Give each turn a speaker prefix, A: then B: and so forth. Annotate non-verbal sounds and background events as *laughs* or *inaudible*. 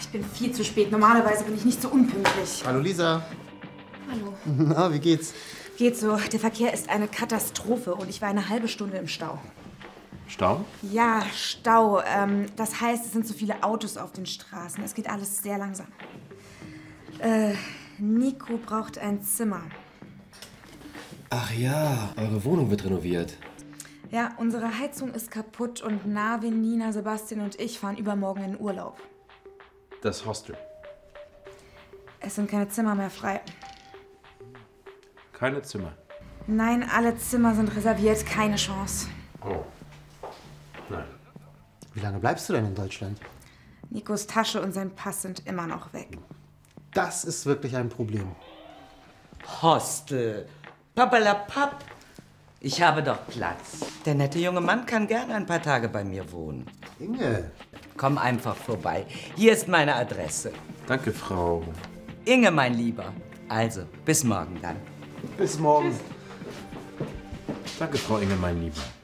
A: Ich bin viel zu spät. Normalerweise bin ich nicht so unpünktlich.
B: Hallo Lisa.
C: *laughs*
A: Hallo.
B: Na, wie geht's?
A: Geht so. Der Verkehr ist eine Katastrophe und ich war eine halbe Stunde im Stau.
B: Stau?
A: Ja, Stau. Ähm, das heißt, es sind so viele Autos auf den Straßen. Es geht alles sehr langsam. Äh, Nico braucht ein Zimmer.
D: Ach ja, eure Wohnung wird renoviert.
A: Ja, unsere Heizung ist kaputt und Narvin, Nina, Sebastian und ich fahren übermorgen in Urlaub.
B: Das Hostel.
A: Es sind keine Zimmer mehr frei.
B: Keine Zimmer.
A: Nein, alle Zimmer sind reserviert. Keine Chance.
B: Oh. Nein.
C: Wie lange bleibst du denn in Deutschland?
A: Nikos Tasche und sein Pass sind immer noch weg.
C: Das ist wirklich ein Problem.
E: Hostel. Pappalapapp. Ich habe doch Platz. Der nette junge Mann kann gerne ein paar Tage bei mir wohnen.
C: Inge,
E: Komm einfach vorbei. Hier ist meine Adresse.
B: Danke, Frau.
E: Inge, mein Lieber. Also, bis morgen dann.
C: bis morgen.
B: Danke, Frau Engel, mein Lieber.